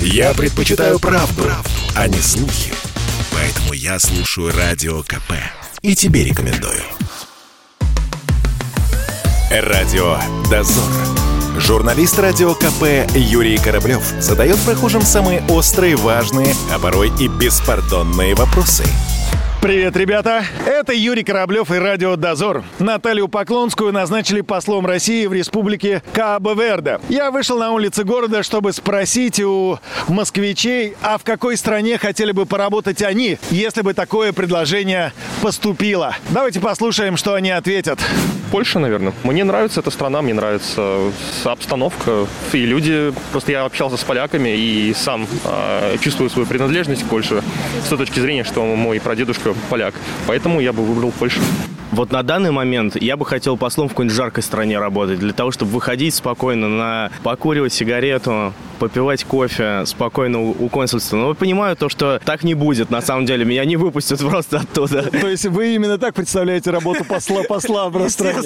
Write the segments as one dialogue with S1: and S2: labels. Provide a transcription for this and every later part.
S1: Я предпочитаю правду, правду, а не слухи. Поэтому я слушаю Радио КП. И тебе рекомендую. Радио «Дозор». Журналист радио КП Юрий Кораблев задает прохожим самые острые, важные, а порой и беспардонные вопросы.
S2: Привет, ребята! Это Юрий Кораблев и Радио Дозор. Наталью Поклонскую назначили послом России в республике Кабо-Верде. Я вышел на улицы города, чтобы спросить у москвичей, а в какой стране хотели бы поработать они, если бы такое предложение поступило. Давайте послушаем, что они ответят.
S3: Польша, наверное. Мне нравится эта страна, мне нравится обстановка и люди. Просто я общался с поляками и сам э, чувствую свою принадлежность к Польше с той точки зрения, что мой прадедушка поляк. Поэтому я бы выбрал Польшу.
S4: Вот на данный момент я бы хотел послом в какой-нибудь жаркой стране работать, для того, чтобы выходить спокойно на покуривать сигарету, попивать кофе спокойно у, у консульства. Но я понимаю то, что так не будет, на самом деле. Меня не выпустят просто оттуда.
S2: То есть вы именно так представляете работу посла, посла в стране?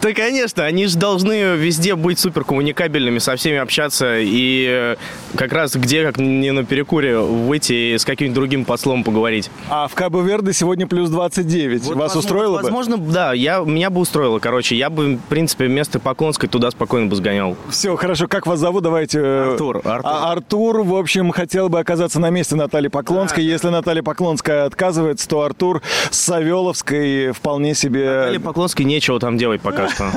S4: Да, конечно, они же должны везде быть супер коммуникабельными, со всеми общаться и э, как раз где, как не на перекуре, выйти и с каким-нибудь другим послом поговорить.
S2: А в Кабо-Верде сегодня плюс 29.
S4: Вот
S2: Вас
S4: возможно-
S2: устроило бы?
S4: Возможно, да, я, меня бы устроило, короче. Я бы, в принципе, вместо Поклонской туда спокойно бы сгонял.
S2: Все, хорошо. Как вас зовут? Давайте... э,
S4: Артур, Артур.
S2: А, Артур, в общем, хотел бы оказаться на месте Натальи Поклонской. Если Наталья Поклонская отказывается, то Артур с Савеловской вполне
S4: Или
S5: Э,
S2: себе...
S4: Поклонской нечего там делать пока что.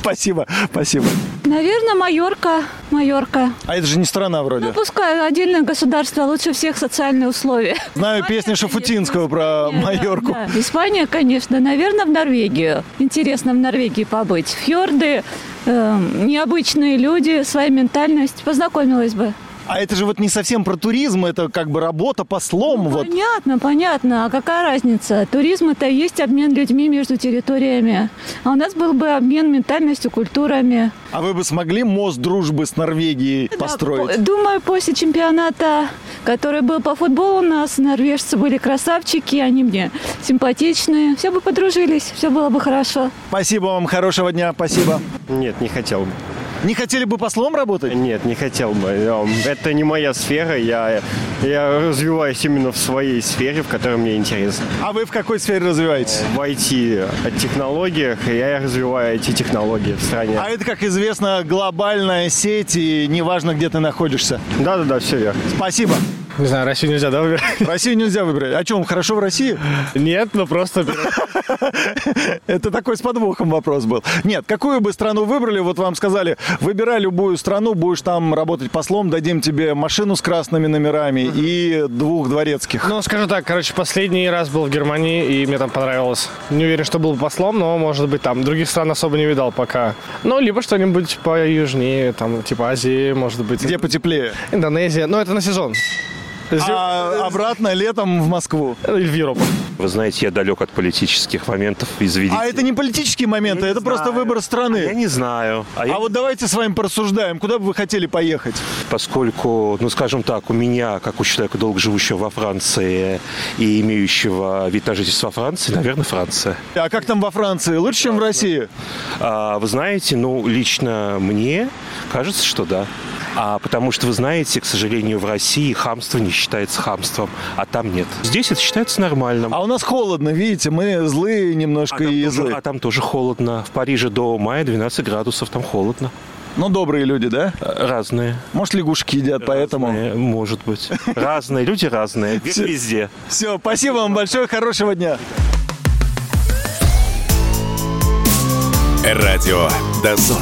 S2: Спасибо, спасибо.
S6: Наверное, Майорка. Майорка.
S2: А это же не страна
S6: Ну,
S2: вроде.
S6: пускай отдельное государство, лучше всех социальные условия. Э,
S2: Знаю песню Шафутинского про А, Майорку.
S6: Да, Испания, конечно. Наверное, в Норвегию. Интересно в Норвегии побыть. Фьорды, эм, необычные люди, своя ментальность. Познакомилась бы.
S2: А это же вот не совсем про туризм, это как бы работа
S6: Ну,
S2: послом. Вот.
S6: Понятно, понятно. А какая разница? Туризм это и есть обмен людьми между территориями. А у нас был бы обмен ментальностью, культурами.
S2: А вы бы смогли мост дружбы с Норвегией
S6: Да,
S2: построить?
S6: по- думаю, после чемпионата, который был по футболу у нас, норвежцы были красавчики, они мне симпатичные. Все бы подружились, все было бы хорошо.
S2: Спасибо вам, хорошего дня, спасибо.
S7: Нет, не хотел бы.
S2: Не хотели бы послом работать?
S7: Нет, не хотел бы. Эм, Это не моя сфера. Я, я развиваюсь именно в своей сфере, в которой мне интересно.
S2: А вы в какой сфере развиваетесь?
S7: В IT-технологиях я развиваю IT-технологии в стране.
S2: А это, как известно, глобальная сеть, и неважно, где ты находишься.
S7: Да-да-да, все верно.
S2: Спасибо.
S5: Не знаю, Россию нельзя, да, выбирать?
S2: Россию нельзя выбрать. А чем, хорошо в России?
S5: Нет, ну просто...
S2: Это такой с подвохом вопрос был. Нет, какую бы страну выбрали, вот вам сказали, выбирай любую страну, будешь там работать послом, дадим тебе машину с красными номерами и двух дворецких.
S5: Ну, скажу так, короче, последний раз был в Германии, и мне там понравилось. Не уверен, что был бы послом, но, может быть, там. Других стран особо не видал пока. Ну, либо что-нибудь поюжнее, там, типа Азии, может быть.
S2: Где потеплее?
S5: Индонезия. Ну, это на сезон. Зим-
S2: А обратно летом в Москву.
S5: Или в Европу.
S8: Вы знаете, я далек от политических моментов, извините.
S2: А это не политические моменты, это просто выбор
S8: Я
S2: страны.
S8: не знаю. А, я-
S2: А вот давайте с вами порассуждаем, куда бы вы хотели поехать?
S8: поскольку, ну, скажем так, у меня, как у человека, долго живущего во Франции и имеющего вид на жительство во Франции, наверное, Франция.
S2: А как там во Франции? Лучше, чем в России?
S8: А, вы знаете, ну, лично мне кажется, что да. А потому что, вы знаете, к сожалению, в России хамство не считается хамством, а там нет. Здесь это считается нормальным.
S2: А у нас холодно, видите, мы злые
S8: А
S2: немножко
S8: там
S2: и
S8: тоже-
S2: злые.
S8: а там тоже холодно. В Париже до мая 12 градусов, там холодно.
S2: Но Ну, добрые люди, да?
S8: Э, Разные.
S2: Может, лягушки едят, поэтому...
S8: Разные, может быть. Разные, люди разные. Век
S2: Все-
S8: везде.
S2: Все, спасибо вам большое, хорошего дня.
S1: Радио «Дозор».